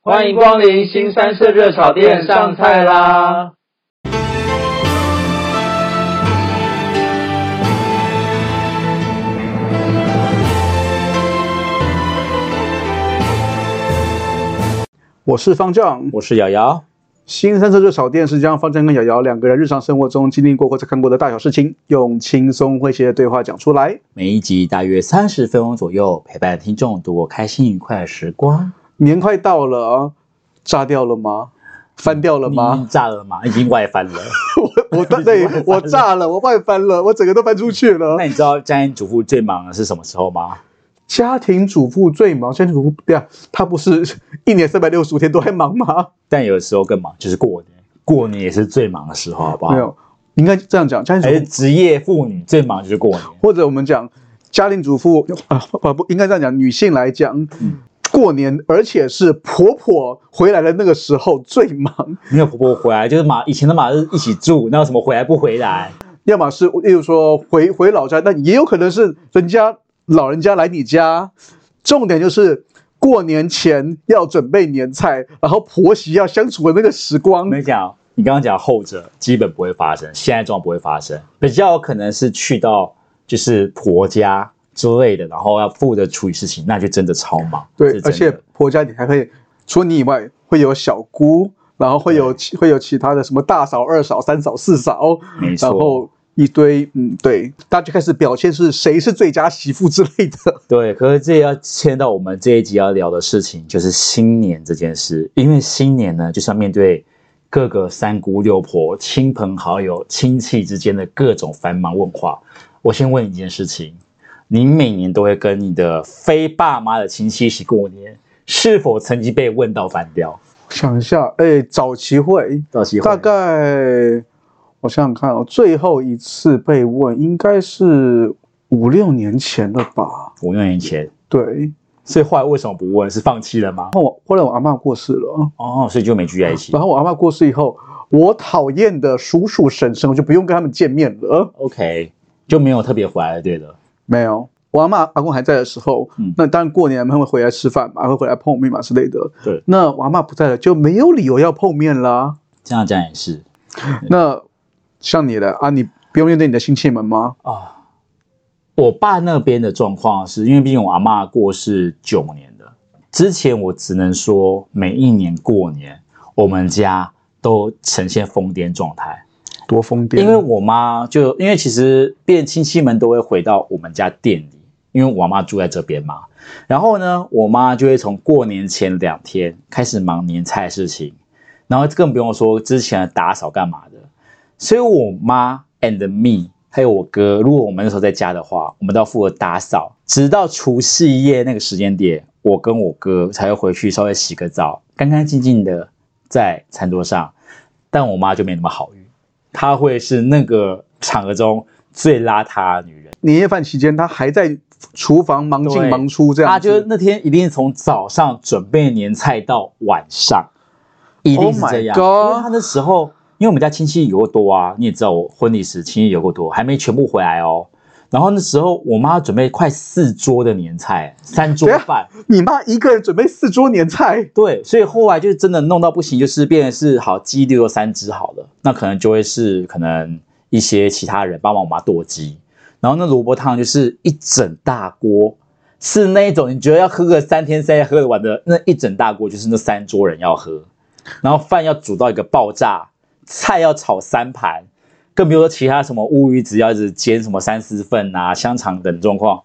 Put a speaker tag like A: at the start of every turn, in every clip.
A: 欢迎光临新三色热炒店，上菜啦！
B: 我是方丈。
C: 我是瑶瑶，
B: 新三色热炒店是将方丈跟瑶瑶两个人日常生活中经历过或者看过的大小事情，用轻松诙谐的对话讲出来。
C: 每一集大约三十分钟左右，陪伴听众度过开心愉快的时光。
B: 年快到了啊，炸掉了吗？翻掉了
C: 你
B: 吗？
C: 炸了吗？已经外翻 了。
B: 我我
C: 你
B: 对
C: 外翻了
B: 我炸了，我外翻了，我整个都翻出去了
C: 那。你知道家庭主妇最忙的是什么时候吗？
B: 家庭主妇最忙，家庭主妇对啊，她不是一年三百六十五天都在忙吗？
C: 但有的时候更忙，就是过年。过年也是最忙的时候，好不好？
B: 没有，应该这样讲，家庭
C: 而
B: 主妇
C: 职业妇女最忙就是过年。
B: 或者我们讲家庭主妇啊，不不应该这样讲，女性来讲，过年而且是婆婆回来的那个时候最忙，
C: 没有婆婆回来，就是马以前的马是一起住，那有什么回来不回来？
B: 要么是例如说回回老家，但也有可能是人家老人家来你家，重点就是。过年前要准备年菜，然后婆媳要相处的那个时光
C: 我，跟你讲，你刚刚讲后者基本不会发生，现在状况不会发生，比较有可能是去到就是婆家之类的，然后要负责处理事情，那就真的超忙。
B: 对
C: 是，真
B: 而且
C: 的
B: 婆家你还会除了你以外，会有小姑，然后会有其会有其他的什么大嫂、二嫂、三嫂、四嫂，
C: 没错
B: 然后一堆嗯，对，大家就开始表现是谁是最佳媳妇之类的。
C: 对，可是这也要牵到我们这一集要聊的事情，就是新年这件事。因为新年呢，就是要面对各个三姑六婆、亲朋好友、亲戚之间的各种繁忙问话。我先问你一件事情：你每年都会跟你的非爸妈的亲戚一起过年，是否曾经被问到翻掉？
B: 想一下，哎，早期会，
C: 到期
B: 大概我想想看哦，最后一次被问应该是五六年前了吧？
C: 五六年前，
B: 对，
C: 所以后来为什么不问？是放弃了吗？
B: 后后来我阿嬷过世了。
C: 哦，所以就没聚在一起
B: 然。后我阿嬷过世以后，我讨厌的叔叔婶婶，我就不用跟他们见面了。
C: OK，就没有特别回来了，对的。
B: 没有，我阿嬷阿公还在的时候，
C: 嗯
B: 那当然过年他们会回来吃饭嘛，会回来碰面嘛之类的。
C: 对
B: 那我阿嬷不在了，就没有理由要碰面啦。
C: 这样讲也是。
B: 那像你的啊，你不用面对你的亲戚们吗？
C: 啊，我爸那边的状况是因为毕竟我阿嬷过世九年的，之前我只能说每一年过年我们家都呈现疯癫状态，
B: 多疯癫！
C: 因为我妈就因为其实变亲戚们都会回到我们家店里，因为我妈住在这边嘛，然后呢，我妈就会从过年前两天开始忙年菜的事情，然后更不用说之前的打扫干嘛的。所以，我妈 and me 还有我哥，如果我们那时候在家的话，我们都要负责打扫，直到除夕夜那个时间点，我跟我哥才会回去稍微洗个澡，干干净净的在餐桌上。但我妈就没那么好运，她会是那个场合中最邋遢的女人。
B: 年夜饭期间，他还在厨房忙进
C: 对
B: 忙出这样
C: 他
B: 子。
C: 就是那天一定从早上准备年菜到晚上，一定是这样。
B: Oh my god
C: 因为他那时候，因为我们家亲戚有够多啊，你也知道我婚礼时亲戚有够多，还没全部回来哦。然后那时候我妈准备快四桌的年菜，三桌饭，
B: 你妈一个人准备四桌年菜，
C: 对，所以后来就是真的弄到不行，就是变成是好鸡例如说三只好了，那可能就会是可能一些其他人帮忙我妈剁鸡，然后那萝卜汤就是一整大锅，是那一种你觉得要喝个三天三夜喝得完的那一整大锅，就是那三桌人要喝，然后饭要煮到一个爆炸，菜要炒三盘，更比如说其他什么乌鱼子要一直煎什么三四份啊、香肠等状况，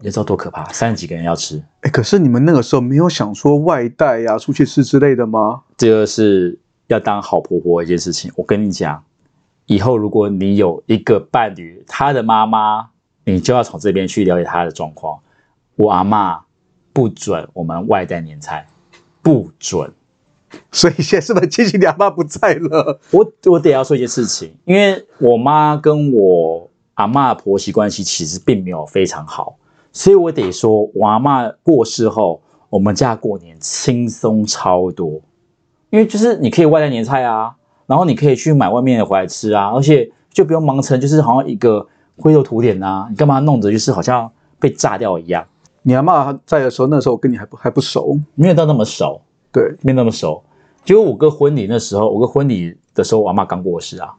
C: 你知道多可怕，三十几个人要吃。
B: 哎，可是你们那个时候没有想说外带呀、出去吃之类的吗？
C: 这就是要当好婆婆的一件事情。我跟你讲，以后如果你有一个伴侣，他的妈妈，你就要从这边去了解他的状况。我阿嬷不准我们外带年菜，不准。
B: 所以现在是不是亲戚两爸不在了？
C: 我我得要说一件事情，因为我妈跟我阿嬷婆媳关系其实并没有非常好，所以我得说，我阿嬷过世后，我们家过年轻松超多，因为就是你可以外带年菜啊，然后你可以去买外面的回来吃啊，而且就不用忙成就是好像一个灰头土脸啊，你干嘛弄着就是好像被炸掉一样，
B: 你阿妈在的时候，那时候我跟你还不还不熟，
C: 没有到那么熟，
B: 对，
C: 没那么熟。结果我哥婚礼那时候，我哥婚礼的时候，我阿妈刚过世啊，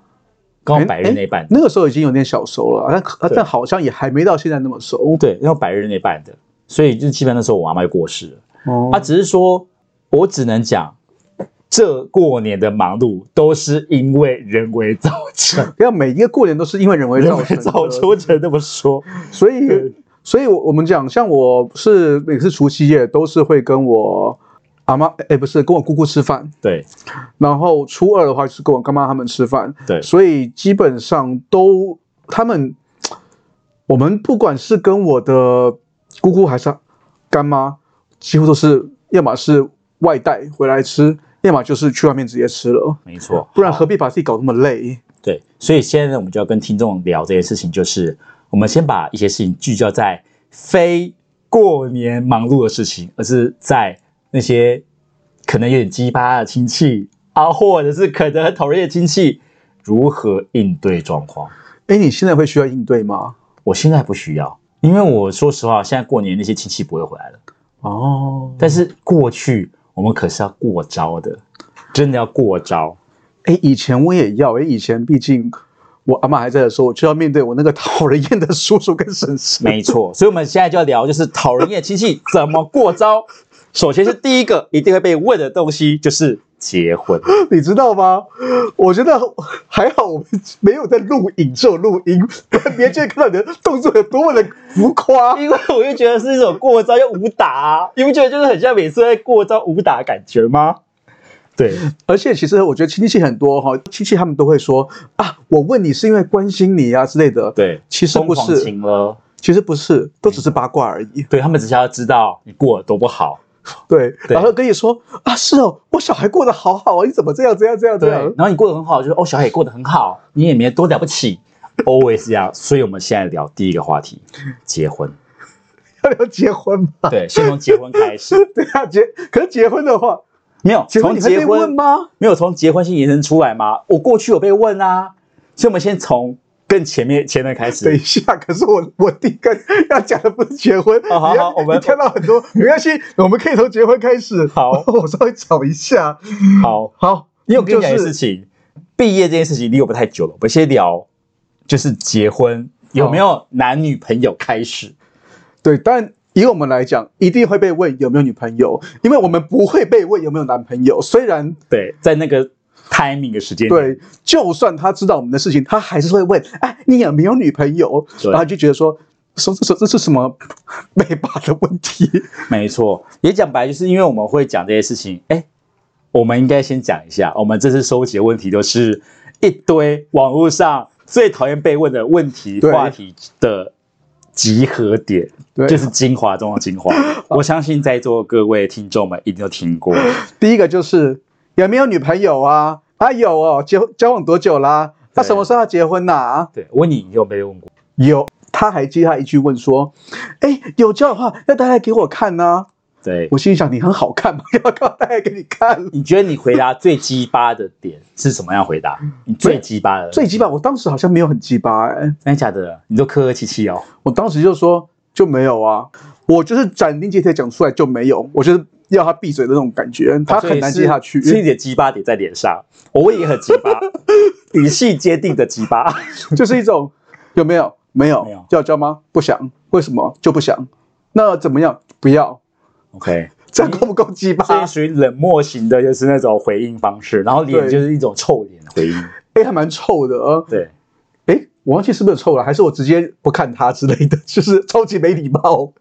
C: 刚好百日那一半的。
B: 那个时候已经有点小熟了，啊但可
C: 对
B: 但好像也还没到现在那么熟。
C: 对，然后百日那一半的，所以就基本那时候我阿妈就过世了。
B: 哦
C: 他、，只是说，我只能讲，这过年的忙碌都是因为人为造成，
B: 要每一个过年都是因为人为
C: 人
B: 造
C: 为
B: 成的，
C: 造成，我只能这么说。
B: 所以
C: 对，
B: 所以我我们讲，像我是每次除夕夜都是会跟我阿妈，哎，不是跟我姑姑吃饭，
C: 对
B: 然后初二的话就是跟我干妈他们吃饭，
C: 对
B: 所以基本上都他们，我们不管是跟我的姑姑还是干妈，几乎都是要么是外带回来吃，要么就是去外面直接吃了，
C: 没错，
B: 不然
C: 好
B: 何必把自己搞那么累？
C: 对，所以现在呢，我们就要跟听众聊这件事情，就是我们先把一些事情聚焦在非过年忙碌的事情，而是在那些可能有点鸡巴的亲戚啊，或者是可能很讨厌的亲戚，如何应对状况。
B: 哎，你现在会需要应对吗？
C: 我现在不需要，因为我说实话，现在过年那些亲戚不会回来了。
B: 哦，
C: 但是过去我们可是要过招的，真的要过招。
B: 哎，以前我也要，哎，以前毕竟我阿妈还在的时候，我就要面对我那个讨人厌的叔叔跟婶婶。
C: 没错，所以我们现在就要聊，就是讨人厌的亲戚怎么过招。首先是第一个一定会被问的东西，就是结婚。
B: 你知道吗？我觉得还好，我们没有在录影，只有录音，不然别人就会看到你的动作有多么的浮夸。
C: 因为我就觉得是一种过招，要武打、啊，你不觉得就是很像每次在过招武打的感觉吗？对，
B: 而且其实我觉得亲戚很多哈，亲戚他们都会说啊，我问你是因为关心你啊之类的。
C: 对
B: 其实不
C: 疯狂
B: 是，
C: 亲了，
B: 其实不是，都只是八卦而已。
C: 对他们只是要知道你过得多不好。
B: 对，
C: 对
B: 然后跟你说啊，是哦，我小孩过得好好啊，你怎么这样这样这样这
C: 对，
B: 样
C: 然？后你过得很好，就是哦，小孩也过得很好，你也没多了不起，always 这样。所以我们现在聊第一个话题，结婚。
B: 要聊结婚吗？
C: 对，先从结婚开始，
B: 对啊，结可是结婚的话，
C: 没有
B: 结婚
C: 从
B: 你会
C: 结
B: 被问
C: 婚
B: 吗？
C: 没有从结婚先延伸出来吗？我过去有被问啊，所以我们先从更前面前面开
B: 等一
C: 始。
B: 下，可是我我第一个要讲的不是结婚，
C: 哦好
B: 你要
C: 好我们
B: 你跳到很多没关系，我们可以从结婚开始。
C: 好
B: 我稍微找一下。
C: 好，
B: 好，
C: 因为我跟你讲一件
B: 就
C: 事
B: 是
C: 情，毕业这件事情离我们太久了，我们先聊就是结婚有没
B: 哦
C: 有男女朋友开始。
B: 对，但以我们来讲，一定会被问有没有女朋友，因为我们不会被问有没有男朋友。虽然
C: 对，在那个 timing 的时间点，
B: 对，就算他知道我们的事情，他还是会问：哎，你有没有女朋友？
C: 对
B: 然后就觉得说，说这这这是什么被把的问题？
C: 没错，也讲白就是因为我们会讲这些事情，哎，我们应该先讲一下，我们这次收集的问题都是一堆网络上最讨厌被问的问题
B: 对
C: 话题的集合点，
B: 对
C: 就是精华中的精 华。我相信在座各位听众们一定都听 过，
B: 第一个就是有没有女朋友啊？啊有哦，结交往多久啦？他、
C: 对
B: 什么时候要结婚呐、啊
C: 对，我问你，你有没有问过？
B: 有，他还接他一句问说：“哎，有交的话要带来给我看呐、
C: 对，
B: 我心里想：“你很好看嘛， 要不要带来给你看
C: 你觉得你回答最鸡巴的点是什么样回答？你最鸡巴的？”
B: 最鸡巴，我当时好像没有很鸡巴哎、
C: 真的假的？你都客客气气哦。
B: 我当时就说就没有啊，我就是斩钉截铁讲出来就没有，我就是要他闭嘴的那种感觉，他很难接下去。
C: 哦所以你的鸡巴点在脸上，我问也很鸡巴，语气坚定的鸡巴。
B: 就是一种有没有没有
C: 没有
B: 要交吗？不想，为什么就不想？那怎么样？不要，
C: OK，
B: 这样够不够鸡巴？
C: 所以属于冷漠型的，就是那种回应方式，然后脸
B: 对
C: 就是一种臭脸回应。
B: 哎，还蛮臭的。呃
C: 对，
B: 哎，我忘记是不是臭了，还是我直接不看他之类的，就是超级没礼貌。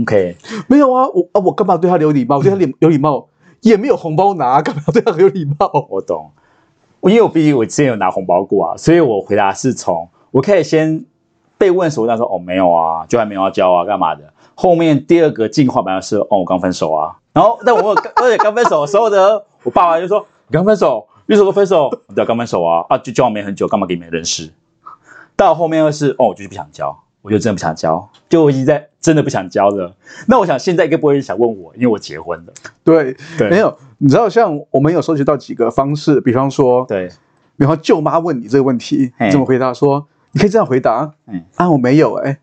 C: OK，
B: 没有啊，我啊我干嘛对他有礼貌？我对他礼有礼貌，也没有红包拿，干嘛对他有礼貌？
C: 我懂。因为我毕竟我之前有拿红包过啊，所以我回答是从我可以先被问什么，那时候哦没有啊，就还没有要交啊，干嘛的？后面第二个进化版是哦我刚分手啊，然后但我而且刚分手的时候呢，我爸爸就说你刚分手，你什么时候分手？对啊，刚分手啊，啊就交往没很久，干嘛给你们认识？到后面又是哦，我就是不想交，我就真的不想交，就我已经在真的不想交了。那我想现在应该不会想问我，因为我结婚了。
B: 对，
C: 对
B: 没有。你知道，像我们有收集到几个方式，比方说，
C: 对，
B: 比方舅妈问你这个问题，
C: 嘿
B: 你怎么回答说？你可以这样回答
C: 嗯，
B: 啊，我没有哎、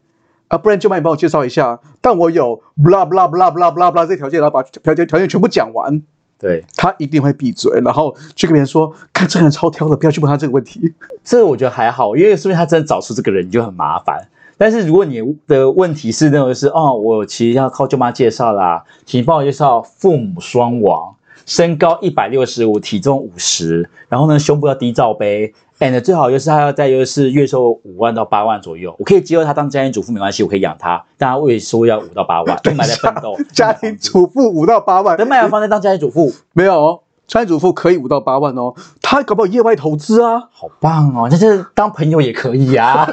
B: 啊，不然舅妈你帮我介绍一下，但我有 blah blah blah blah blah blah 这条件，然后把条件条件全部讲完。
C: 对，
B: 他一定会闭嘴，然后去跟别人说：“看这个人超挑的，不要去问他这个问 题。
C: 这个我觉得还好，因为说明他真的找出这个人，你就很麻烦。但是如果你的问题是那种就是哦，我其实要靠舅妈介绍啦，请帮我介绍父母双亡，身高一百六十五，体重五十，然后呢胸部要低罩杯，and 最好就是他要在就是月收五万到八万左右，我可以接受他当家庭主妇没关系，我可以养他，但他月收入要五到八万，
B: 等
C: 你
B: 一
C: 买在
B: 下
C: 奋斗”，
B: 家庭主妇五到八万，
C: 等买完房再当家庭主妇，
B: 没有哦，家庭主妇可以五到八万哦，他搞不好业外投资啊。
C: 好棒哦！但是当朋友也可以 啊。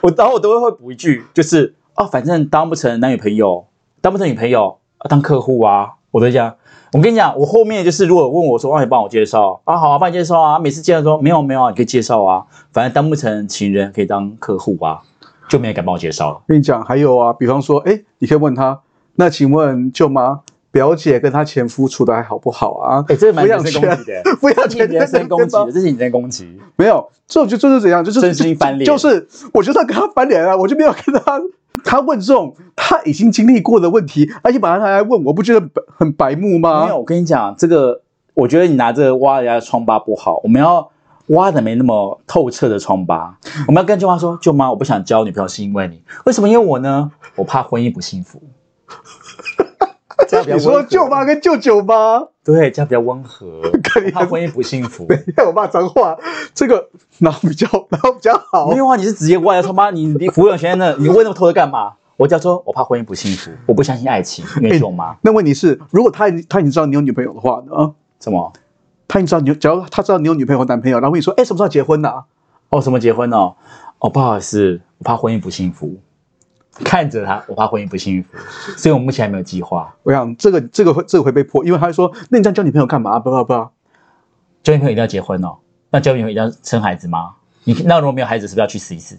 C: 我然后我都会补一句，就是哦，反正当不成男女朋友，当不成女朋友，啊、当客户啊。我都讲，我跟你讲，我后面就是如果问我说，哦，你帮我介绍啊，好啊，帮你介绍啊。每次介绍说没有没有啊，你可以介绍啊，反正当不成情人可以当客户啊，就没人敢帮我介绍了。
B: 跟你讲，还有啊，比方说，哎，你可以问他，那请问舅妈、表姐跟她前夫处的还好不好啊？
C: 哎、这蛮
B: 抚养
C: 人身攻
B: 权
C: 击的，，
B: 抚养
C: 这是
B: 权
C: 你人身攻击的，这是你人身攻击。
B: 没有，这就就是怎样，就是
C: 真心翻脸
B: 就是我就算跟他翻脸啊了，我就没有跟他。他问这种他已经经历过的问题，而且把他拿来问我，不觉得很很白目吗？
C: 没有，我跟你讲，这个我觉得你拿这个挖人家的疮疤不好，我们要挖的没那么透彻的疮疤，我们要跟舅妈说，舅妈，我不想交女朋友是因为你，为什么？因为我呢，我怕婚姻不幸福。 这样比较
B: 你说
C: 温和
B: 舅妈跟舅舅吗？
C: 对，这样比较温和，
B: 看你
C: 我怕婚姻不幸 福。
B: 害我骂脏话，这个然后比较 然后比较好
C: 没。有啊，你是直接挖人家疮疤，你你服务学院那，你问那么透彻干嘛？我只要说我怕婚姻不幸福，我不相信爱情，因为舅妈
B: 那问题是，如果他已他已经知道你有女朋友的话呢？啊
C: 怎么？
B: 他已经知道你有，假如他知道你有女朋友和男朋友，然后问你说，哎，什么时候结婚呐、
C: 哦，什么结婚哦？哦，不好意思，我怕婚姻不幸福。看着他，我怕婚姻不幸福，所以我目前还没有计划。
B: 我想这个这个会这个会被破，因为他会说，那你这样交女朋友干嘛？不不 不，
C: 交女朋友一定要结婚哦？那交女朋友一定要生孩子吗？你那如果没有孩子，是不是要去死 一死？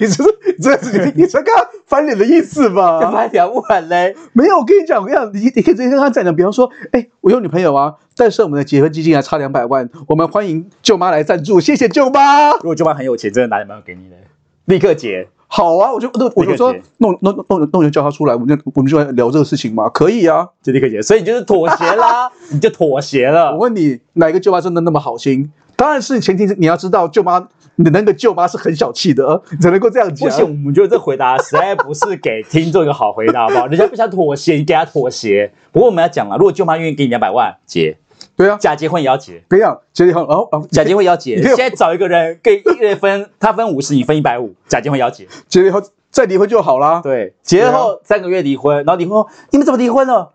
B: 你这是你这是你你这跟他翻脸的意思吧？
C: 干嘛聊不完嘞？
B: 没有，我跟你讲，我跟你讲，你你可以直接跟他讲讲，比方说，哎，我有女朋友啊，但是我们的结婚基金啊还差两百万，我们欢迎舅妈来赞助，谢谢舅妈。
C: 如果舅妈很有钱，真的拿女朋友给你嘞，立刻结。
B: 好啊，我就那我就说
C: 那个姐
B: 弄弄弄弄弄就叫他出来，我们就我们就来聊这个事情嘛，可以啊。
C: 就立刻结，所以你就是妥协啦， 你就妥协
B: 我
C: 了。
B: 问你，哪一个舅妈真的那么好心？当然是前提是你要知道舅妈，你的那个舅妈是很小气的，呃你才能够这样
C: 不
B: 讲。
C: 行，我们觉得这回答实在不是给听众一个好回答，好不好？人家不想妥协，你给他妥协。不过我们要讲了，如果舅妈愿意给你两百万，结；
B: 对啊，
C: 假结婚也要结。
B: 跟你讲，结婚然后然后哦
C: 假结婚要结，
B: 你可以
C: 现在找一个人跟一人分， 他分五十，你分一百五，假结婚要结。
B: 结婚以后再离婚就好啦。
C: 对，结了后三个月离婚，然后离婚后你们怎么离婚了？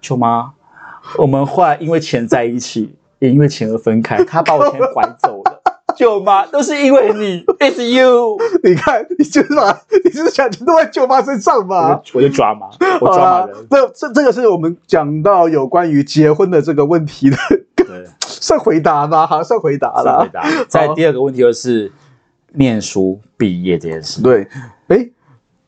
C: 舅妈，我们后来因为钱在一起，也因为钱而分 开，他把我钱拐走了。舅妈都是因为你，It's you，
B: 你看，你就是把， 你就是想弄在舅妈身上
C: 我
B: 嘛。
C: 就我就抓马，我
B: 好
C: 抓马
B: 啦
C: 人，。
B: 这这这个是我们讲到有关于结婚的这个问题的，
C: 对，
B: 算回答吧，好像算回答
C: 好了
B: 了。。
C: 再第二个问题就是念书毕业这件事，
B: 对，哎，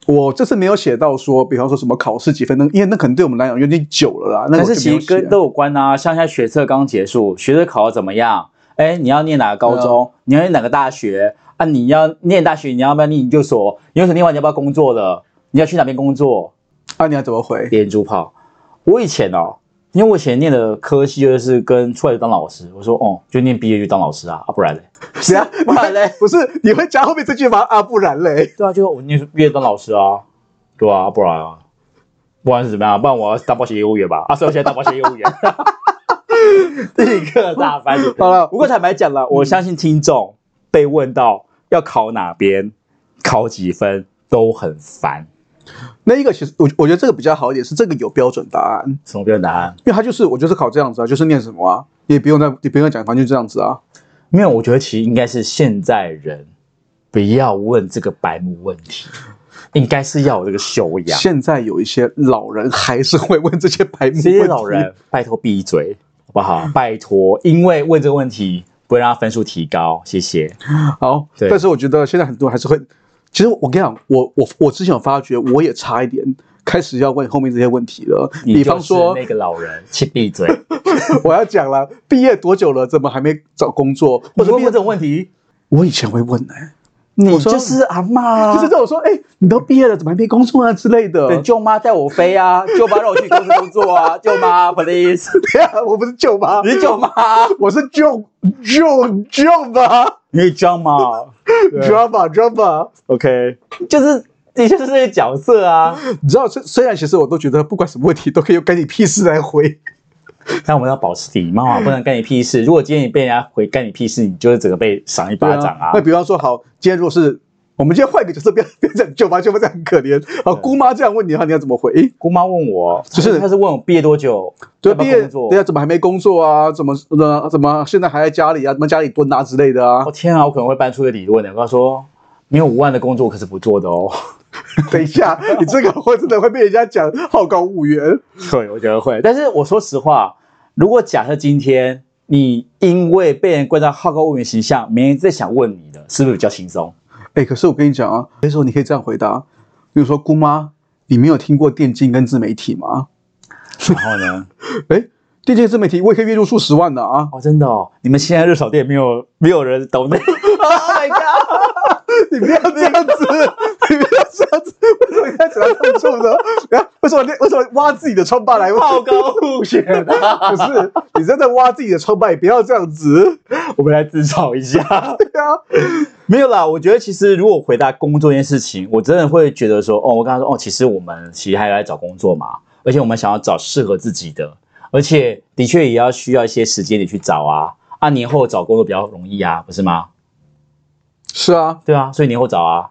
B: 我这次没有写到说，比方说什么考试几分钟，因为那可能对我们来讲有点久了啦。那
C: 但
B: 我
C: 是
B: 就没
C: 其
B: 有
C: 实跟
B: 写。
C: 都有关啊，像现在学测刚结束，学测考得怎么样？哎，你要念哪个高
B: 啊
C: 中？你要念哪个大学？啊，你要念大学，你要不要念研究所？研究所念完你要不要工作了？你要去哪边工作？
B: 啊，你要怎么 回？
C: 连珠炮。我以前哦，因为我以前念的科系就是跟出来就当老师，我说哦，就念毕业就当老师啊，啊不然嘞？
B: 谁 啊？
C: 不然嘞？
B: 不是，你会加后面这句吗？啊，不然嘞？
C: 对啊，就我念毕业当老师啊，对啊，啊不然啊，不然是怎么样？不然我要当保险业务员吧？啊，所以我现在当保险业务员， 立刻大翻脸。
B: 好了
C: 不过坦白讲了，我相信听众被问到要考哪边、考几分都很烦。
B: 那一个其实我我觉得这个比较好一点，是这个有标准答案，
C: 什么标啊准答案？
B: 因为他就是我就是考这样子啊，就是念什么啊，也不用再也不用再讲，反正就这样子啊。
C: 没有，我觉得其实应该是现在人不要问这个白目问题，应该是要有这个修养。
B: 现在有一些老人还是会问这些白目问
C: 这
B: 题。
C: 些老人，拜托闭嘴，好 不好？拜托，因为问这个问题不会让他分数提高，谢谢。
B: 好，
C: 对
B: 但是我觉得现在很多人还是会。其实我跟你讲，我我我之前有发觉，我也差一点开始要问后面这些问题了。
C: 你
B: 比方说
C: 就是，那个老人，请闭 嘴。
B: 我要讲了，毕业多久了，怎么还没找工作？
C: 我
B: 或
C: 怎
B: 者
C: 么
B: 毕
C: 问
B: 业
C: 这种问题？
B: 我以前会问呢、
C: 你
B: 我说
C: 就是阿嬷啊，
B: 就是在我说，哎、你都毕业了，怎么还没工作啊之类的。
C: 等舅妈带我 飞啊，舅妈让我去公司工作啊，舅妈 please，
B: 对啊， 我不是舅妈
C: 你，是舅妈，
B: 我是舅舅舅吧
C: 你是舅妈
B: ，drama drama。
C: ，OK，就是你就是这个角色 啊。
B: 你知道，虽虽然其实我都觉得不管什么问题都可以用干你屁事来回，
C: 但我们要保持礼貌啊，不能干你屁事。如果今天你被人家回干你屁事，你就是整个被赏一巴掌啊。
B: 那比方说，好，今天如果是我们今天换一个角色，变变成舅妈，舅妈这样很可怜。好，
C: 对
B: 姑妈这样问你的话，你要怎么回？诶
C: 姑妈问我，
B: 就是
C: 她是问我毕业多久，
B: 对，
C: 要不
B: 毕
C: 要
B: 业
C: 工作
B: 对啊，怎么还没工作啊？怎么呃，怎么现在还在家里啊？怎么家里蹲啊之类的啊
C: 我、？天啊，我可能会搬出一个理论的，我跟她说。没有五万的工作我可是不做的哦。
B: 等一下，你这个会真的会被人家讲好高骛远。
C: 对，我觉得会。但是我说实话，如果假设今天你因为被人冠上好高骛远形象，没人再想问你的，是不是比较轻松？
B: 哎，可是我跟你讲啊，那时候你可以这样回答，比如说姑妈，你没有听过电竞跟自媒体吗？
C: 然后呢？
B: 哎，电竞自媒体我也可以月入数十万的啊！
C: 哦，真的哦，你们现在热炒店没有没有人懂的。oh my god！
B: 你不要这样子， 你不要这样子，为什么你要扯到这么重呢？啊为什么你为什么挖自己的疮疤来挖？
C: 好高骛远 啊！
B: 不是，你真的挖自己的疮疤，也不要这样子。
C: 我们来自嘲一 下。
B: 对啊，
C: 没有啦，我觉得其实如果回答工作这件事情，我真的会觉得说，哦，我跟他说，哦，其实我们其实还来找工作嘛，而且我们想要找适合自己的，而且的确也要需要一些时间你去找啊，啊，年后找工作比较容易啊，不是吗？
B: 是啊，
C: 对啊，所以年后找啊，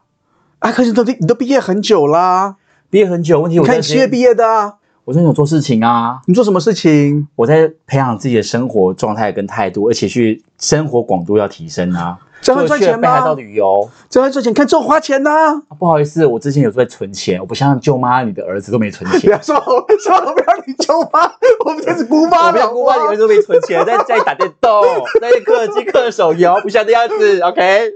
B: 啊，可是你都你都毕业很久啦，
C: 毕业很久，问题
B: 你
C: 我
B: 看你七月毕
C: 业，
B: 业的啊，
C: 我真的有做事情啊，
B: 你做什么事情？
C: 我在培养自己的生活状态跟态度，而且去生活广度要提升啊，
B: 这样会赚钱
C: 所以我去了北海
B: 吗？
C: 道旅游。
B: 这样会赚钱，看这种花钱 呐、
C: 啊不好意思，我之前有在存钱，我不像舅妈，你的儿子都没存
B: 不
C: 钱。
B: 要说 我，说我不要你舅妈，我们这是姑妈 啊
C: 我没有姑妈，你儿
B: 了。
C: 子都没存钱， 在家里打电动，在氪金氪手游，不像这样子，OK。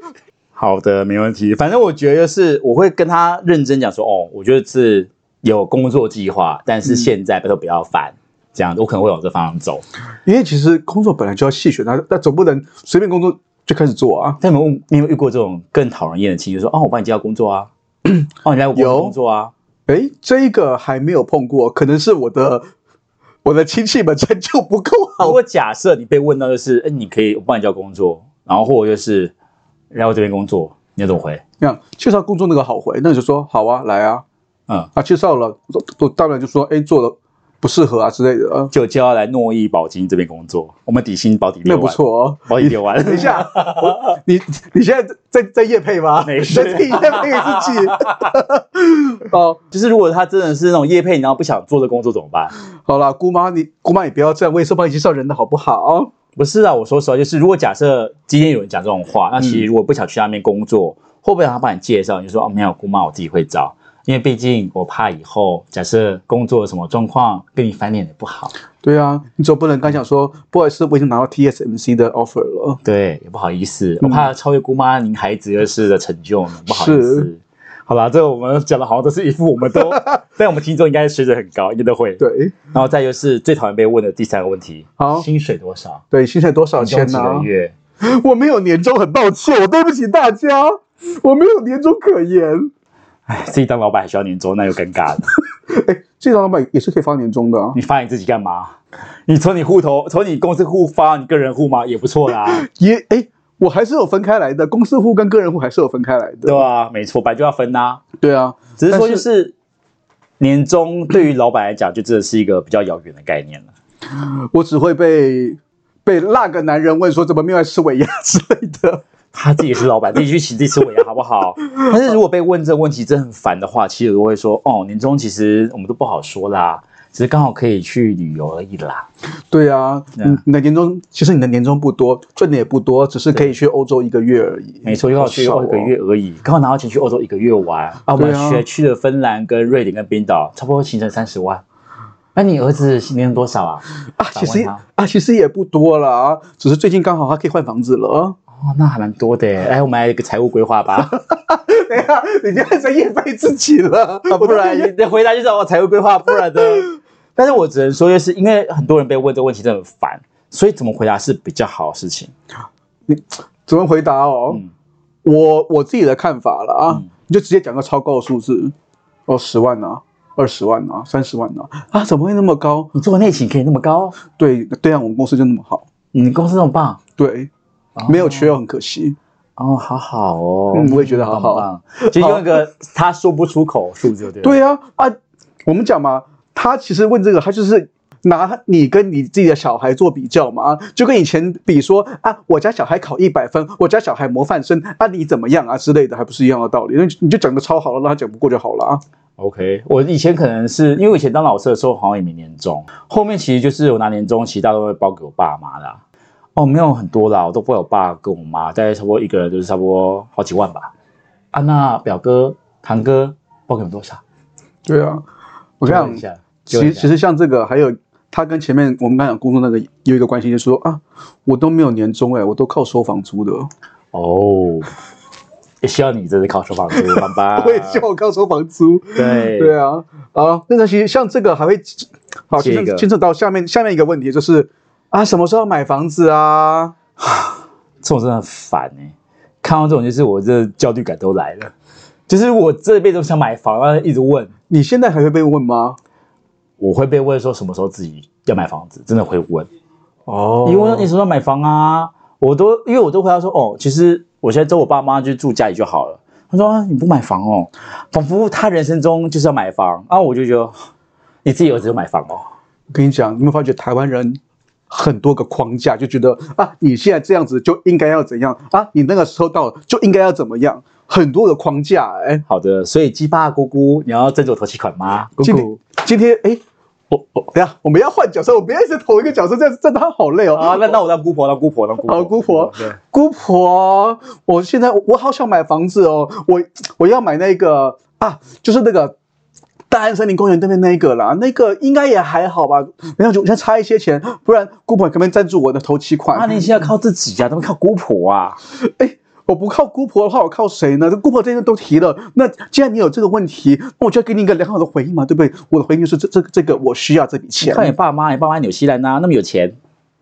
C: 好的，没问题。反正我觉得就是我会跟他认真讲说，哦，我觉得是有工作计划，但是现在拜托不要烦，这样子我可能会往这方向走。
B: 因为其实工作本来就要细选，那那总不能随便工作就开始做啊。
C: 但你们有你有没有遇过这种更讨人厌的情绪，就说哦，我帮你介绍工作啊， 哦，你来我公司
B: 有
C: 工作啊，
B: 哎，这个还没有碰过，可能是我的 我的亲戚们成就不够
C: 如
B: 好。
C: 果假设你被问到就是，哎、你可以我帮你找工作，然后或者就是来我这边工作，你要怎么回？
B: 那样介绍工作那个好回，那你就说好啊，来啊，
C: 嗯，
B: 啊介绍了，我我当然就说哎做的不适合啊之类的，啊、
C: 就就要来诺意保金这边工作，我们底薪保底
B: 那
C: 六
B: 不
C: 万，
B: 错哦。
C: 保底六 万。
B: 等一，下，我你你现在在在夜配吗？
C: 没事
B: 在自己夜配自己。哦，
C: 就是如果他真的是那种业配，然后不想做这工作怎么办？
B: 好啦，姑妈你姑妈你不要这样，我也是帮你介绍人的好不好？
C: 不是啊，我说实话，就是如果假设今天有人讲这种话，那其实
B: 嗯
C: 如果不想去那边工作，会不会让他帮你介绍？你就说哦，没有，姑妈我自己会找，因为毕竟我怕以后假设工作有什么状况跟你翻脸也不好，
B: 对啊，你总不能刚想说，不好意思，我已经拿到 TSMC 的 offer 了。
C: 对，也不好意
B: 嗯
C: 思，我怕超越姑妈您孩子儿时的成就呢，不好意思
B: 是。
C: 好啦，这我们讲的好像都是一副我 们都，但我们听众应该水准很高，应该都会。
B: 对
C: 然后再就是最讨厌被问的第三个问题，
B: 好
C: 薪水多少？
B: 对，薪水多少钱
C: 你
B: 呢、
C: 用几个月？
B: 我没有年终，很抱歉，我对不起大家，我没有年终可言。
C: 哎，自己当老板还需要年终，那又尴 尬了。
B: 哎，这张老板也是可以发年终的啊。
C: 你发你自己干嘛？你从你户头，从你公司户发你个人户吗？也不 错啦，
B: 也哎，我还是有分开来的，公司户跟个人户还是有分开来的。
C: 对吧、没错，本来就要分呐、
B: 对啊，
C: 只是说
B: 但
C: 就是是年终对于老板来讲，就真的是一个比较遥远的概念了。
B: 我只会被被那个男人问说怎么没有来吃尾牙 之类的。
C: 他自己是老板，自己去请自己吃尾牙好不 好？但是如果被问这个问题真的很烦的话，其实我会说，哦，年终其实我们都不好说啦，只是刚好可以去旅游而已啦。
B: 对啊，
C: 对啊
B: 你你的年终其实你的年终不多，赚的也不多，只是可以去欧洲一个月而已。
C: 没错，刚好去
B: 好
C: 欧
B: 少
C: 洲
B: 哦
C: 一个月而已，刚好拿到钱去欧洲一个月玩啊。我们
B: 对啊
C: 学去了芬兰、跟瑞典、跟冰岛，差不多行程三 十万。那你儿子年龄多少啊？
B: 啊，其实
C: 想问他
B: 啊，其实也不多啦，只是最近刚好他可以换房子了。
C: 哦，那还蛮多的耶。哎，我们来一个财务规划吧，
B: 等一下，啊你这样在夜配自己了，
C: 啊不然你的回答就是我财务规划，不然的。 但是我只能说，就是因为很多人被问这个问题真的很烦，所以怎么回答是比较好的事情。
B: 怎么回答哦？
C: 嗯
B: 我我自己的看法了啊，
C: 嗯
B: 你就直接讲个超高的数字，哦，十万啊，二十万啊，三十万啊，啊，怎么会那么高？
C: 你做内勤可以那么高，
B: 对对啊，我们公司就那么好，
C: 你公司那么棒，
B: 对，
C: 哦
B: 没有缺又很可惜。
C: 哦，好好哦，
B: 嗯我也觉得好好
C: 棒棒其实用一个他说不出口的数字，对不对？
B: 对啊，啊，我们讲嘛，他其实问这个，他就是拿你跟你自己的小孩做比较嘛，啊就跟以前比说啊，我家小孩考一百分，我家小孩模范生，啊，你怎么样啊之类的，还不是一样的道理？那你就讲的超好了，让他讲不过就好了啊。
C: OK，我以前可能是因为我以前当老师的时候好像也没年终，后面其实就是我拿年终，其实大都会包给我爸妈啦。哦，没有很多啦，我都不会有爸跟我妈，大概差不多一个人就是差不多好几万吧。啊，那表哥、堂哥包给我们多少？
B: 对啊，我跟
C: 问
B: 你
C: 一
B: 讲，
C: 下，
B: 其
C: 问一
B: 实
C: 下
B: 其实像这个还有。他跟前面我们刚讲工作那个有一个关系，就是说啊，我都没有年终哎、我都靠收房租的。
C: 哦，也希望你这次考收房租，棒棒。
B: 我也希望我靠收房租。
C: 对
B: 对啊，啊，那个其实像这个还会，好，
C: 接一
B: 牵
C: 个
B: 扯牵扯到下面下面一个问题，就是啊，什么时候买房子啊？
C: 这种真的很烦哎、看到这种就是我这焦虑感都来了，就是我这辈子都想买房，然后一直问，
B: 你现在还会被问吗？
C: 我会被问说什么时候自己要买房子，真的会问。
B: 哦
C: 你问你什么时候买房啊？我都因为我都回答说哦，其实我现在跟我爸妈就住家里就好了。他说、啊、你不买房哦，仿佛他人生中就是要买房啊，我就觉得你自己儿子就买房哦。
B: 我跟你讲，你有没有发觉台湾人很多个框架，就觉得啊，你现在这样子就应该要怎样啊，你那个时候到了就应该要怎么样，很多的框架哎、
C: 好的，所以鸡爸姑姑，你要争取我投期款吗？姑
B: 今
C: 姑
B: 天今天哎。我我等一下，我们要换角色，我不要一直投一个角色，这样这样他好累哦。
C: 啊，那那我当姑婆，当姑婆，当姑婆，
B: 好哦姑婆
C: 对，
B: 姑婆，我现在我我好想买房子哦，我我要买那个啊，就是那个大安森林公园对面那一个啦，那个应该也还好吧，没有，我先差一些钱，不然姑婆可不可以赞助我的头期款？
C: 啊，你现在靠自己啊，怎么靠姑婆啊？
B: 哎，我不靠姑婆的话，我靠谁呢？这姑婆这些都提了，那既然你有这个问题，那我就要给你一个良好的回应嘛，对不对？我的回应就是这这这个我需要这笔
C: 你
B: 钱。
C: 看你爸妈，你爸妈纽西兰呐、啊那么有钱，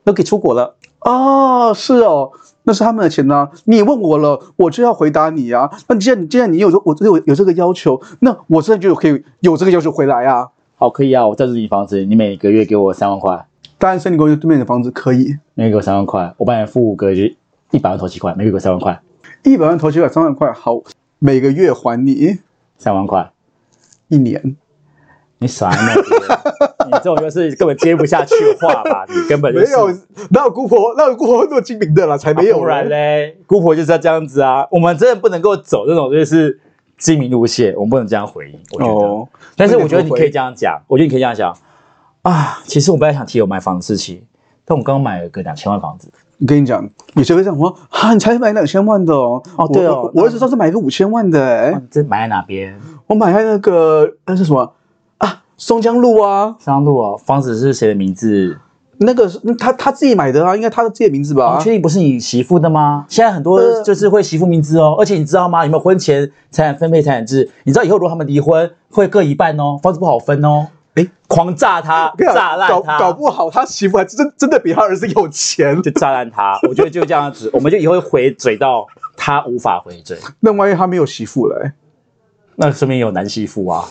C: 都可以出国了。
B: 哦，是哦，那是他们的钱呐、你问我了，我就要回答你啊。那既然你既然你有这我有有这个要求，那我真的就可以有这个要求回来啊。
C: 好，可以啊，我赞助你房子，你每个月给我三万块，
B: 当然，森林公园对面的房子可以
C: 每个月给我三万块，我帮你付五个月一百万头期款，每个月给我三万块，
B: 一百万投期款三万块，好，每个月还你
C: 三万块，
B: 一年。
C: 你傻呢？ 你这种就是根本接不下去的话吧，你根本、就
B: 没
C: 是、
B: 有，哪有姑婆，哪有姑婆会那么精明的啦？才没有、
C: 啊不然嘞，姑婆就是要这样子啊，我们真的不能够走这种就是精明路线，我们不能这样回应，我觉得。
B: 哦，
C: 但是我觉得你可以这样讲，我觉得你可以这样想啊。其实我本来想提我买房的事情，但我刚刚买了个两千万房子，
B: 我跟你讲，有些会讲说啊，你才买两千万的哦，
C: 哦对
B: 我
C: 哦
B: 我我儿子上次买一个五千万的、欸，
C: 啊这买在哪边？
B: 我买在那个那是什么啊？松江路啊，
C: 商路哦，房子是谁的名字？
B: 那个是嗯他他自己买的啊，应该他的自己的名字吧？
C: 哦确定不是你媳妇的吗？现在很多
B: 呃
C: 就是会媳妇名字哦，而且你知道吗？有没有婚前财产分配财产制？你知道以后如果他们离婚，会各一半哦，房子不好分哦。
B: 诶
C: 狂炸他
B: 我，跟你
C: 炸
B: 讲啊
C: 烂
B: 搞
C: 他，
B: 搞不好他媳妇还真真的比他儿子有钱。
C: 就炸烂他。 我觉得就这样子，我们就以后会回嘴到他无法回嘴。
B: 那万一他没有媳妇嘞、
C: 那说明有男媳妇啊，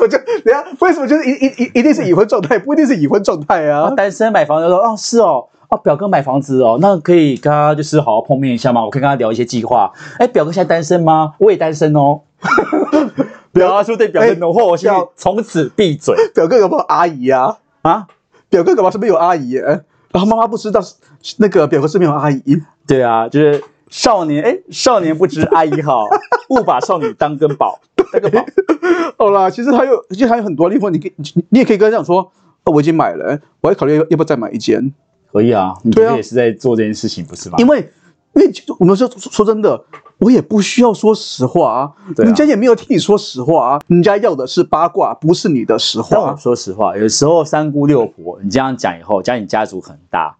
B: 为什么就等一下为什么就是一一一一定是已婚状态，不一定是已婚状态啊
C: 啊，？单身买房的时候，哦，是哦，哦，表哥买房子哦，那可以跟他就是好好碰面一下吗？我可以跟他聊一些计划。哎，表哥现在单身吗？我也单 身哦。表达出对表哥的浓厚，我心里
B: 哎表
C: 从此闭嘴
B: 表哥有没有阿姨啊？
C: 啊！
B: 表哥搞不好是没有阿姨、欸，然后妈妈不知道是那个表哥是没有阿姨。
C: 对啊，就是少年，哎，少年不知阿姨好，勿把少女当根宝。当根宝，
B: 好啦，其实还有，其实还有很多地方，你可以你你也可以跟他讲说，哦，我已经买了、我还考虑要要不要再买一间。
C: 可以啊，你不
B: 对啊
C: 是也是在做这件事情，不是吗？
B: 因为因为我们说说真的，我也不需要说实话啊，
C: 对啊
B: 人家也没有听你说实话啊，人家要的是八卦，不是你的实
C: 但我
B: 话。
C: 说实话，有时候三姑六婆，你这样讲以后，讲你家族很大。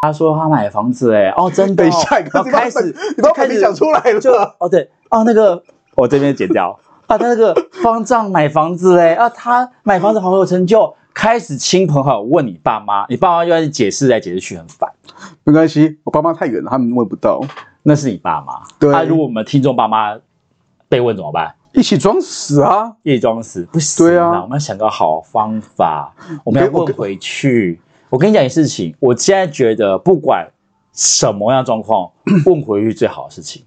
C: 他说他买房子、哎，哦，真的、
B: 等
C: 哦，
B: 一下，你
C: 然
B: 刚
C: 后
B: 刚
C: 开始
B: 你刚
C: 开
B: 开始
C: 始
B: 讲出来
C: 就
B: 了，
C: 哦对哦那个我这边剪掉啊，他那个方丈买房子嘞啊，他买房子好有成就，开始亲朋好友问你爸妈，你爸妈又在解释来解释去，很烦。
B: 没关系，我爸妈太远了，他们问不到。
C: 那是你爸妈。
B: 对
C: 啊，如果我们听众爸妈被问怎么办？
B: 一起装死啊！
C: 夜装死不行
B: 对啊嗯
C: 我们要想个好方法，我们要
B: 我
C: 问
B: 跟
C: 回去。我跟你讲一件事情，我现在觉得不管什么样的状况， 问回去最好的事情。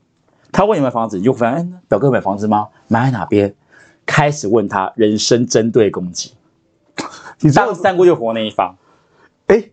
C: 他问你买房子，你就反正、哎表哥有买房子吗？买在哪边？开始问他人身针对攻击，
B: 你知道
C: 当，三姑六婆那一方，
B: 哎，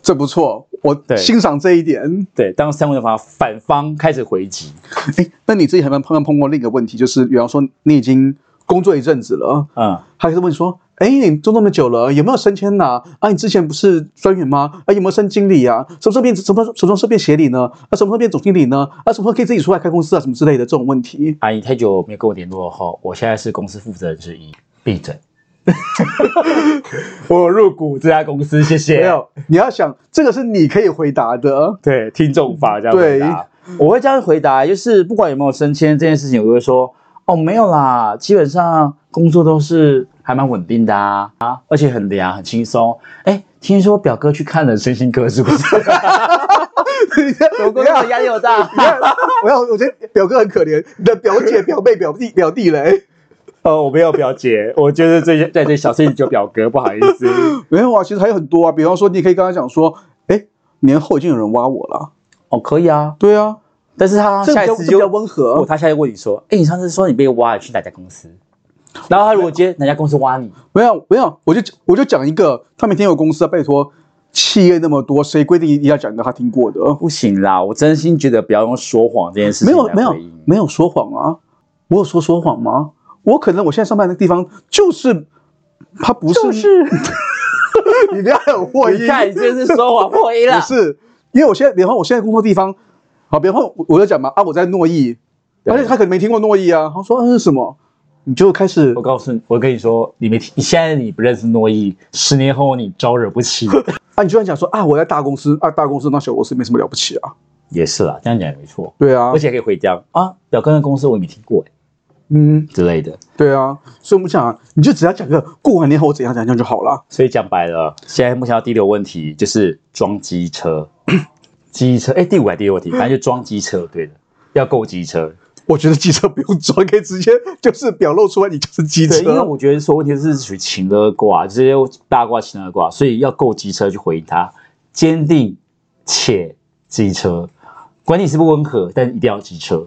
B: 这不错，我
C: 对
B: 欣赏这一点。
C: 对，当三姑六婆反方开始回击，
B: 哎，那你自己还没碰碰过另一个问题，就是比方说你已经工作一阵子了，
C: 嗯，
B: 他还是问你说：“哎，你做那么久了，有没有升迁呐、啊？你之前不是专员吗？啊，有没有升经理啊？什么时候变什么什么时候变协理呢？啊，什么时候变总经理呢？啊，什么时候可以自己出来开公司啊？什么之类的这种问题。
C: 阿姨啊太久没有跟我联络后，我现在是公司负责人之一，闭 嘴。 我入股这家公司，谢谢。
B: 没有，你要想这个是你可以回答 的。
C: 对，听众无法这样回答。我会这样回答，就是不管有没有升迁这件事情，我会说哦，没有啦，基本上工作都是还蛮稳定的啊，啊而且很凉，很轻松。哎，听说表哥去看了身心科， 是不是？我工作压力好 大。
B: 你看，我要，我觉得表哥很可怜，你的表姐、表妹、表弟、表弟嘞，
C: 呃，我没有表姐，我觉得这些 对对小事情就表哥，不好意思。
B: 没有啊，其实还有很多啊。比方说，你可以跟他讲说，哎，年后已经有人挖我了。
C: 哦，可以啊，
B: 对啊，
C: 但是他
B: 这
C: 下
B: 比
C: 一
B: 较
C: 次
B: 这比较
C: 就
B: 温
C: 哦，
B: 和。
C: 他下一次问你说，哎，你上次说你被挖了，去哪家公司？然后他如果接哪家公司挖你，
B: 没有，没有，我就我就讲一个，他每天有公司啊，拜托，企业那么多，谁规定一定要讲一个他听过的？
C: 不行啦，我真心觉得不要用说谎这件事情
B: 没有
C: 来，
B: 没有
C: 回应，
B: 没有说谎啊！我有说说谎吗？我可能我现在上班的地方就是，他不是，
C: 就 是，
B: 你不要有破音
C: 你，看你这是说谎破音了
B: 不。是，因为我现在，比方我现在工作地方，好，比方我我就讲嘛，啊，我在诺伊，
C: 对
B: 而且他可能没听过诺伊啊，他说嗯是什么，你就开始
C: 我告诉你，我跟你说，你没听，你现在你不认识诺伊，十年后你招惹不 起。
B: 啊，你居然讲说啊，我在大公司啊，大公司那小公司没什么了不起啊，
C: 也是啦，这样讲也没错，
B: 对啊
C: 而，且还可以回家啊，表哥的公司我也没听过、欸、
B: 嗯，
C: 之类的。
B: 对啊，所以我们想啊，你就只要讲个过完年后我怎样怎样就好了，
C: 所以讲白了，现在目前要第六个问题就是装机车， 机车哎、第五还是第六个问题，反正就装机车，对的，要购机车。
B: 我觉得机车不用装，可以直接就是表露出来你就是机
C: 对，因为
B: 车，
C: 我觉得说问题是属于情勒卦，直接八卦情勒卦，所以要购机车去回应他，坚定且机车，管你是不温和，但一定要机车。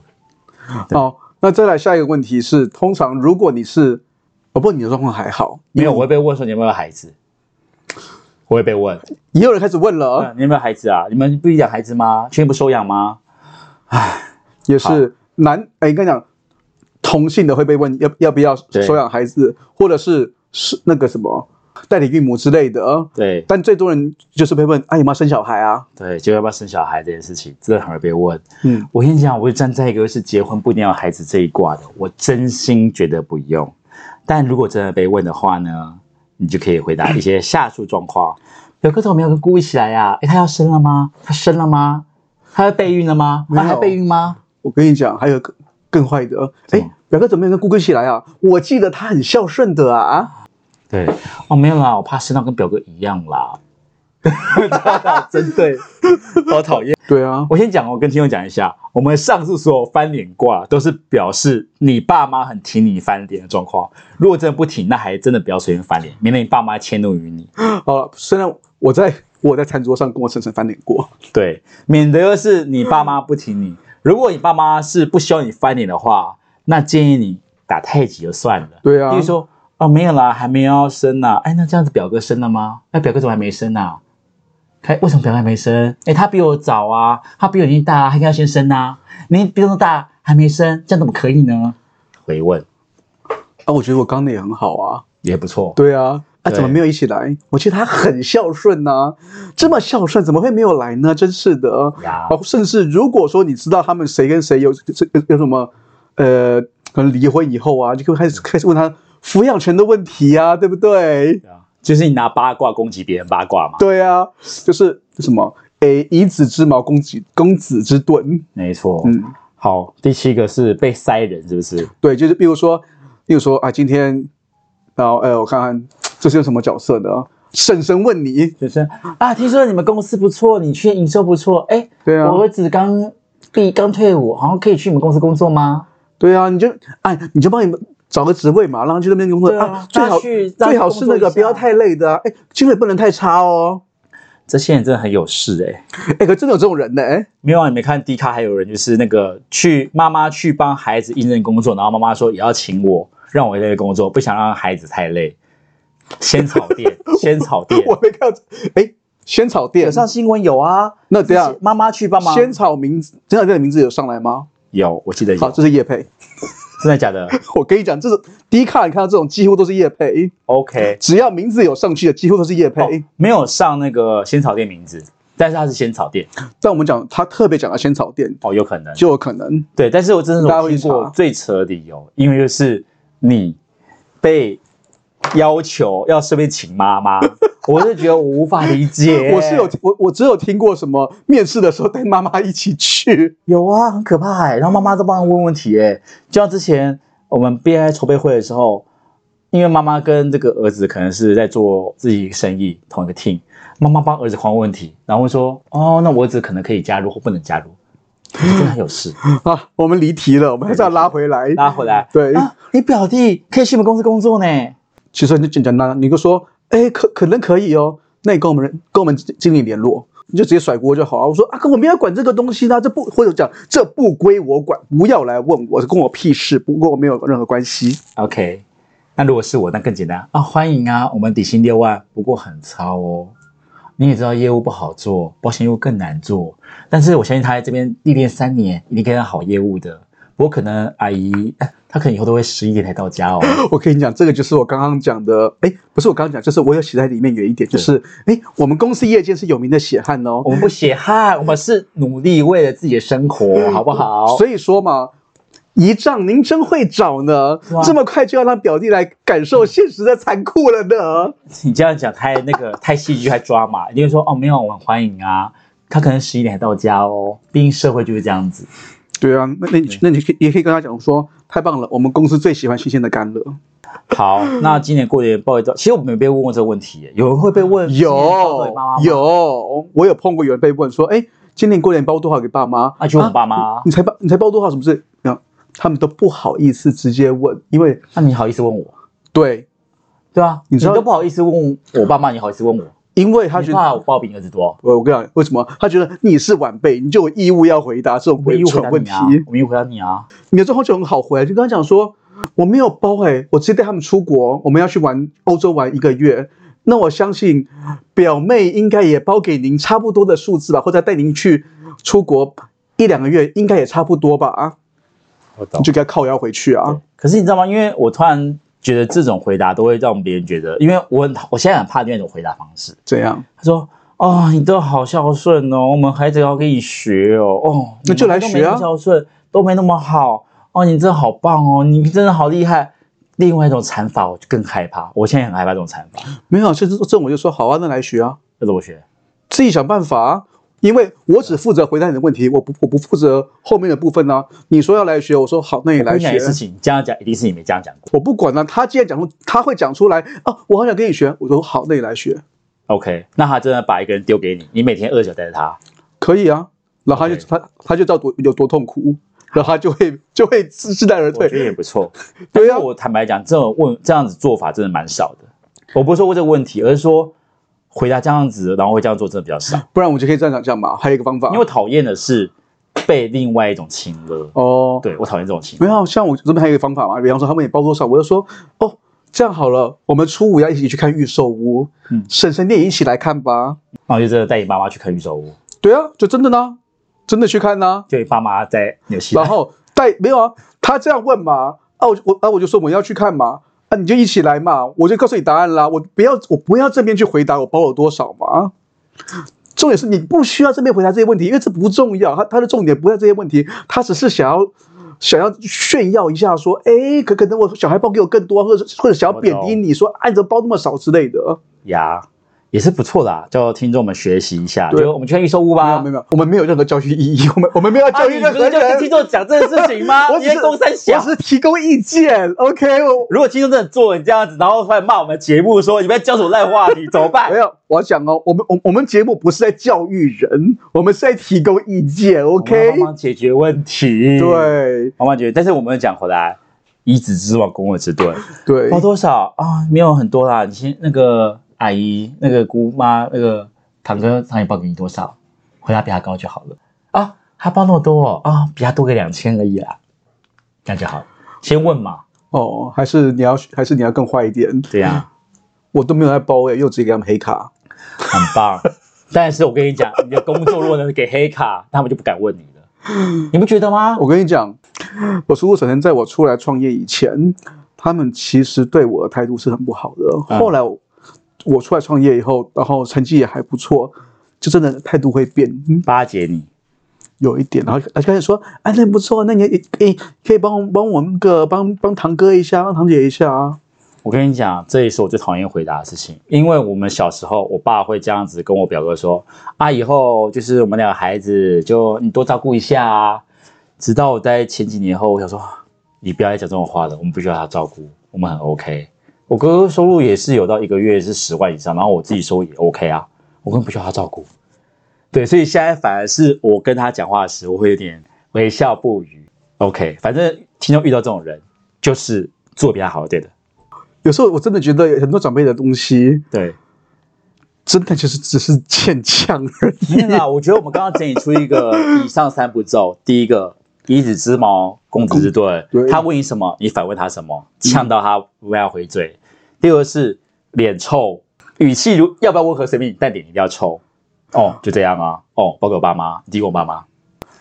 B: 好，哦那再来下一个问题是，通常如果你是，哦不，你的状况还好，
C: 没有，我会被问说你有没有孩子，我会被问，
B: 也有人开始问了，
C: 啊、你有没有孩子啊？你们不养孩子吗？确定不收养吗？
B: 也是男，哎，应该讲同性的会被问要要不要
C: 对
B: 收养孩子，或者是是那个什么代理孕母之类的。哦
C: 对
B: 但最多人就是被问啊，有没有生小孩啊？
C: 对，就要不要生小孩这件事情，真的很容易被问。
B: 嗯，
C: 我跟你讲，我就站在一个是结婚不一定要有孩子这一卦的，我真心觉得不用。但如果真的被问的话呢，你就可以回答一些下述状况：表哥怎么没有跟姑一起来呀、诶他要生了吗？他生了吗？他要备孕了吗？
B: 没有
C: 他要备孕吗？
B: 我跟你讲，还有更更坏的，
C: 什么
B: 哎，表哥怎么没有跟姑姑一起来啊？我记得他很孝顺的啊。
C: 对，哦，没有啦，我怕生到跟表哥一样啦。
B: 真 对，
C: 好讨厌。
B: 对啊，
C: 我先讲哦，我跟听众讲一下，我们上述所有翻脸卦都是表示你爸妈很挺你翻脸的状况。如果真的不挺，那还真的不要随便翻脸，免得你爸妈迁怒于你。
B: 好了，虽然我在我在餐桌上跟我婶婶翻脸过，
C: 对，免得是你爸妈不挺你。如果你爸妈是不希望你翻脸的话，那建议你打太极就算了。
B: 对啊
C: 比如说，哦，没有啦，还没要生呢、哎，那这样子表哥生了吗？哎，表哥怎么还没生呢、啊？哎，为什么表哥还没生？哎，他比我早啊，他比我年纪大啊，他应该要先生啊。你比我那么大还没生，这样怎么可以呢？回问
B: 啊，我觉得我刚的也很好啊。
C: 也不错。
B: 对啊，啊，
C: 对
B: 怎么没有一起来？我记得他很孝顺呐、这么孝顺，怎么会没有来呢？真是的。
C: 呀
B: 哦，甚至如果说你知道他们谁跟谁有有有什么，呃，可能离婚以后啊，就可以开始开始问他抚养权的问题啊，对不对？
C: 对啊就是你拿八卦攻击别人八卦嘛。
B: 对啊，就是什么，诶，以子之矛攻子攻子之盾。
C: 没错。
B: 嗯，
C: 好，第七个是被塞人，是不是？
B: 对，就是比如说，比如说啊，今天，然后，呃，我看看这是有什么角色呢？婶婶问你，
C: 就是啊，听说你们公司不错，你去营收不错，哎，
B: 对啊
C: 我儿子刚弟刚退伍，好像可以去你们公司工作吗？
B: 对啊，你就哎，你就帮你们找个职位嘛，让他去那边工作
C: 对啊
B: 最
C: 让他
B: 好
C: 去让
B: 最
C: 他
B: 好
C: 工
B: 是
C: 作
B: 那
C: 一
B: 个不要
C: 下
B: 太累的啊，哎，薪水不能太差哦。
C: 这些人真的很有事哎、
B: 哎，可真的有这种人呢，哎，
C: 没有啊，你没看 D 咖还有人就是那个去妈妈去帮孩子应征工作，然后妈妈说也要请我，让我在这工作，不想让孩子太累。先草店，先草店。
B: 我没看到，哎，仙草店
C: 有上新闻有啊，
B: 那等一下
C: 妈妈去帮忙。
B: 仙草名字，仙草店的名字有上来吗？
C: 有，我记得
B: 好，
C: 有，
B: 这是叶配。
C: 真的假的
B: 我跟你讲，这种第一看你看到这种几乎都是叶配，
C: ？OK，
B: 只要名字有上去的，几乎都是叶配。
C: 哦没有上那个仙草店名字，但是它是仙草店
B: 但我们讲他特别讲到仙草店，
C: 哦，有可能。
B: 就有可能
C: 对，但是我真的
B: 大家
C: 是我
B: 会
C: 听过
B: 查
C: 最扯的理由，因为就是你被要求要顺便请 妈妈，我是觉得我无法理解。
B: 我是有我我只有听过什么面试的时候带妈妈一起去，
C: 有啊，很可怕哎、然后妈妈都帮他问问题哎、就像之前我们 B I 筹备会的时候，因为妈妈跟这个儿子可能是在做自己生意同一个 team，妈妈帮儿子狂问问题，然后会说哦，那我儿子可能可以加入或不能加入，真的很 有事。
B: 啊，我们离题了，我们还是要拉回来。
C: 拉回来，
B: 对
C: 啊，你表弟可以去我们公司工作呢。
B: 其实很简单啊啦，你就说，哎，可可能可以哦，那你跟我们跟我们经理联络，你就直接甩锅就好了。我说啊，可我没有管这个东西啦，啊这不或者讲这不归我管，不要来问我，跟我屁事，不过我没有任何关系。
C: OK，那如果是我，那更简单啊，欢迎啊，我们底薪六万，不过很超哦。你也知道业务不好做，保险业务更难做，但是我相信他在这边历练三年，一定可以当好业务的。不过可能阿姨，啊她可能以后都会十一点才到 家哦。
B: 我跟你讲，这个就是我刚刚讲的，哎，不是我刚刚讲，就是我有写在里面有一点，就是哎，我们公司业界是有名的血汗哦
C: 我，们不血汗，我们是努力为了自己的生活，好不好？
B: 所以说嘛。姨丈，您真会找呢
C: 哇，
B: 这么快就要让表弟来感受现实的残酷了呢。
C: 你这样讲太那个太戏剧太抓马，你就说哦没有，我很欢迎啊。他可能十一点才到家哦，毕竟社会就是这样子。
B: 对啊，那那你那你可以也可以跟他讲说，太棒了，我们公司最喜欢新鲜的甘乐。
C: 好，那今年过年报一道，其实我们没被问过这个问题耶，有人会被问今年报到底
B: 有
C: 妈妈吗
B: 有，我有碰过有人被问说，哎，今年过年包多少给爸妈？
C: 啊，就问我爸妈，
B: 你才包你才包多少？什么事？然后他们都不好意思直接问，因为
C: 那你好意思问我？
B: 对，
C: 对啊，
B: 你
C: 你
B: 知道
C: 都不好意思问我爸妈，你好意思问我？
B: 因为他
C: 你
B: 觉
C: 怕
B: 得。
C: 我报比你儿子多？
B: 我我跟你讲，为什么他觉得你是晚辈，你就有义务要回答这种
C: 我们一
B: 蠢
C: 回答
B: 问
C: 你
B: 题？
C: 啊，我们一回答你啊，
B: 你的状况就很好回来，就跟他讲说我没有包哎、我直接带他们出国，我们要去玩欧洲玩一个月。那我相信表妹应该也包给您差不多的数字吧，或者带您去出国一两个月，应该也差不多吧啊，
C: 我
B: 你就给他靠腰回去啊。
C: 可是你知道吗？因为我突然觉得这种回答都会让别人觉得，因为我很我现在很怕那种回答方式。
B: 这样，
C: 他说：“哦，你都好孝顺哦，我们孩子要跟你学哦，哦，
B: 那就来
C: 你们
B: 学啊
C: 都没那么孝顺都没那么好哦，你真的好棒哦，你真的好厉害。”另外一种惨法，我就更害怕。我现在很害怕这种惨法，
B: 没有，这这这我就说好啊，那来学啊，
C: 要怎么学？
B: 自己想办法啊。因为我只负责回答你的问
C: 嗯
B: 题，我不我不负责后面的部分啊。你说要来学，我说好，那你
C: 我
B: 来
C: 跟你讲一
B: 学。
C: 件事情，这样讲一定是你没这样讲过。
B: 我不管了、啊他既然讲出他会讲出来啊，我好想跟你学，我说好，那你来学，
C: OK，那他真的把一个人丢给你，你每天二十小时带着他，
B: 可以啊。然后他就
C: OK
B: 他他就知道多有多痛苦，然后他就会就会自自然而
C: 我觉得也
B: 退。
C: 不错。
B: 对
C: 但
B: 啊
C: 是，我坦白讲，这种问这样子做法真的蛮少的。我不是说问这个问题，而是说回答这样子，然后会这样做真的比较少。
B: 不然我就可以这样讲这样嘛。还有一个方法
C: 因为，我讨厌的是被另外一种亲了。
B: 哦，
C: 对我讨厌这种情
B: 没
C: 况。
B: 有，像我这边还有一个方法嘛，比方说他们也包多少，我就说哦，这样好了，我们初五要一起去看预售屋，
C: 嗯
B: 婶婶你也一起来看吧。
C: 然后就真的带你爸妈去看预售屋，
B: 对啊，就真的呢，真的去看呢、
C: 就你爸妈在纽西
B: 然
C: 兰。
B: 后带没有啊，他这样问嘛，啊我我啊我就说我们要去看嘛，啊你就一起来嘛，我就告诉你答案啦，我不要我不要这边去回答我包了多少嘛。重点是你不需要这边回答这些问题，因为这不重要。他他的重点不在这些问题，他只是想要想要炫耀一下，说，哎，可可能我小孩包给我更多，或者或者想要贬低你说，啊，你怎么包那么少之类的。
C: 呀，也是不错啦，叫听众们学习一下。
B: 对
C: 就我们去看预售
B: 没
C: 屋吧
B: 有没。有没有，我们没有任何教育意义，我们我们没有教
C: 啊，
B: 育
C: 你
B: 任
C: 不
B: 何
C: 是就跟听
B: 人。
C: 众讲这个事情 吗？
B: 我
C: 你
B: 只是
C: 在公三
B: 我
C: 小
B: 只。是提供意见，OK？我
C: 如果听众真的做你这样子，然后突然骂我们节目说你们在教什么烂话题，怎么 办
B: 没？有，我要讲哦，我们我我们节目不是在教育人，我们是在提供意见
C: 我们
B: ，OK？
C: 要帮忙解决问题。，
B: 对
C: 帮忙解决。但是我们讲回来，以子之网攻我之盾，
B: 对
C: 花多少啊？没有很多啦。你先那个阿姨、那个姑妈、那个堂哥、堂姐报给你多少？回答比他高就好了啊。他报那么多哦啊，比他多个两千而已啦，这样就好了。先问嘛，
B: 哦，还是你要还是你要更坏一点，
C: 对呀、
B: 我都没有在包诶、又直接给他们黑卡。
C: 很棒。但是我跟你讲，你的工作如果能给黑卡，他们就不敢问你了，你不觉得吗？
B: 我跟你讲，我叔叔婶婶在我出来创业以前，他们其实对我的态度是很不好的。
C: 嗯
B: 后来我我出来创业以后，然后成绩也还不错，就真的态度会变，嗯
C: 巴结你，
B: 有一点，然后开始说，哎，那不错，那你也可以可以帮我帮我那个帮帮堂哥一下，帮堂姐一下啊。
C: 我跟你讲，这也是我最讨厌回答的事情，因为我们小时候，我爸会这样子跟我表哥说：“啊，以后就是我们两个孩子，就你多照顾一下啊。”直到我在前几年后，我想说，你不要再讲这种话了，我们不需要他照顾，我们很 OK。我哥哥收入也是有到一个月是十万以上，然后我自己收入也 OK 啊，我根本不需要他照顾。对，所以现在反而是我跟他讲话时，我会有点微笑不语。OK，反正听众遇到这种人，就是做比他好就对的。
B: 有时候我真的觉得很多长辈的东西，
C: 对，
B: 真的就是只是欠呛而已。
C: 没有 啦，我觉得我们刚刚整理出一个以上三步骤，第一个以子之矛攻子之盾
B: 对，
C: 他问你什么，你反问他什么，呛到他不要回嘴。第二个是脸臭，语气如要不要温和随便你，但脸一定要臭。哦，就这样啊。哦，包给我爸妈，你递给我爸妈。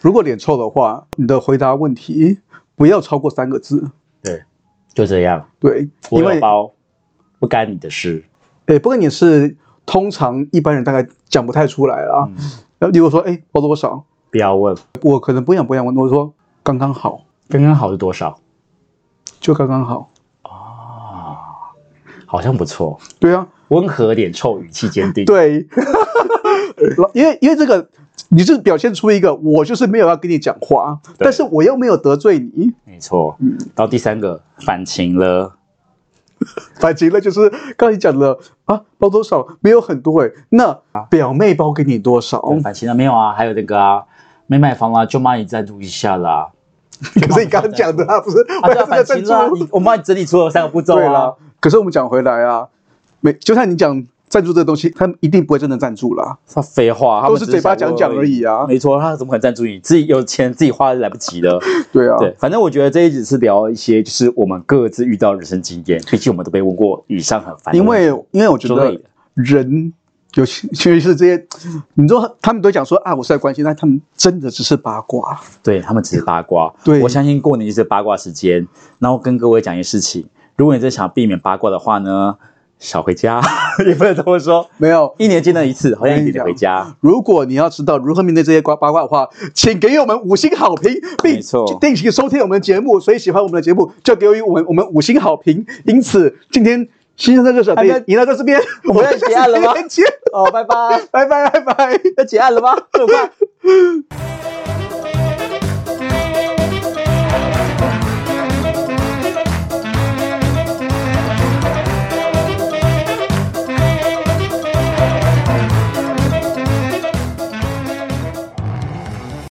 B: 如果脸臭的话，你的回答问题不要超过三个字。
C: 对，就这样。
B: 对，
C: 我
B: 因
C: 有
B: 为
C: 包，不干你的事。
B: 诶，不过你是通常一般人大概讲不太出来啦。
C: 嗯，
B: 然后例如说，诶，包多少？
C: 不要问
B: 我可能不想不想问，我说刚刚好，
C: 刚刚好是多少
B: 就刚刚好。
C: 啊？好像不错，
B: 对啊，
C: 温和脸臭，语气坚定。
B: 对，老因为因为这个，你是表现出一个我就是没有要跟你讲话，啊但是我又没有得罪你，
C: 没错，然后第三个反情了，
B: 反正呢就是刚才你讲的啊，包多少没有很多诶、那表妹包给你多少？
C: 啊反情了没有啊？还有那个啊，没买房啦，就帮你赞助一下 啦。
B: 可是你刚刚讲的啊，不是
C: 啊，
B: 我
C: 对啊，
B: 要
C: 反
B: 真的赞
C: 情啦，
B: 助
C: 你。我帮你整理出了三个步骤
B: 对
C: 啊
B: 啦。，可是我们讲回来啊，没就算你讲赞助这个东西，他们一定不会真的赞助啦。
C: 他废话，他们
B: 都是嘴巴
C: 只想问
B: 讲讲而已啊
C: 没错，他怎么可能赞助你？自己有钱自己花来不及的。
B: 对啊，
C: 对，反正我觉得这一集是聊一些就是我们各自遇到的人生经验，毕竟我们都被问过以上很烦的
B: 因
C: 问题。
B: 为因为我觉
C: 之类
B: 得
C: 的
B: 人。尤其尤其是这些，你说他们都讲说啊，我是在关心，但他们真的只是八卦。
C: 对他们只是八卦。
B: 对
C: 我相信过年就是八卦时间。然后跟各位讲一件事情，如果你真想避免八卦的话呢，少回家， 也不能这么说。
B: 没有，
C: 一年见那一次，好像一
B: 我跟你
C: 年得
B: 讲
C: 回家。
B: 如果你要知道如何面对这些八八卦的话，请给予我们五星好评，并
C: 没错
B: 定期收听我们的节目。所以喜欢我们的节目，就给予我们我们五星好评。因此，今天新生的热小
C: 还
B: 店
C: 在
B: 赢到这边，我
C: 要
B: 们下
C: 结案
B: 次
C: 了吗
B: 再见，
C: 哦，拜拜，
B: 拜拜拜拜。
C: 要结案了吗？这么快？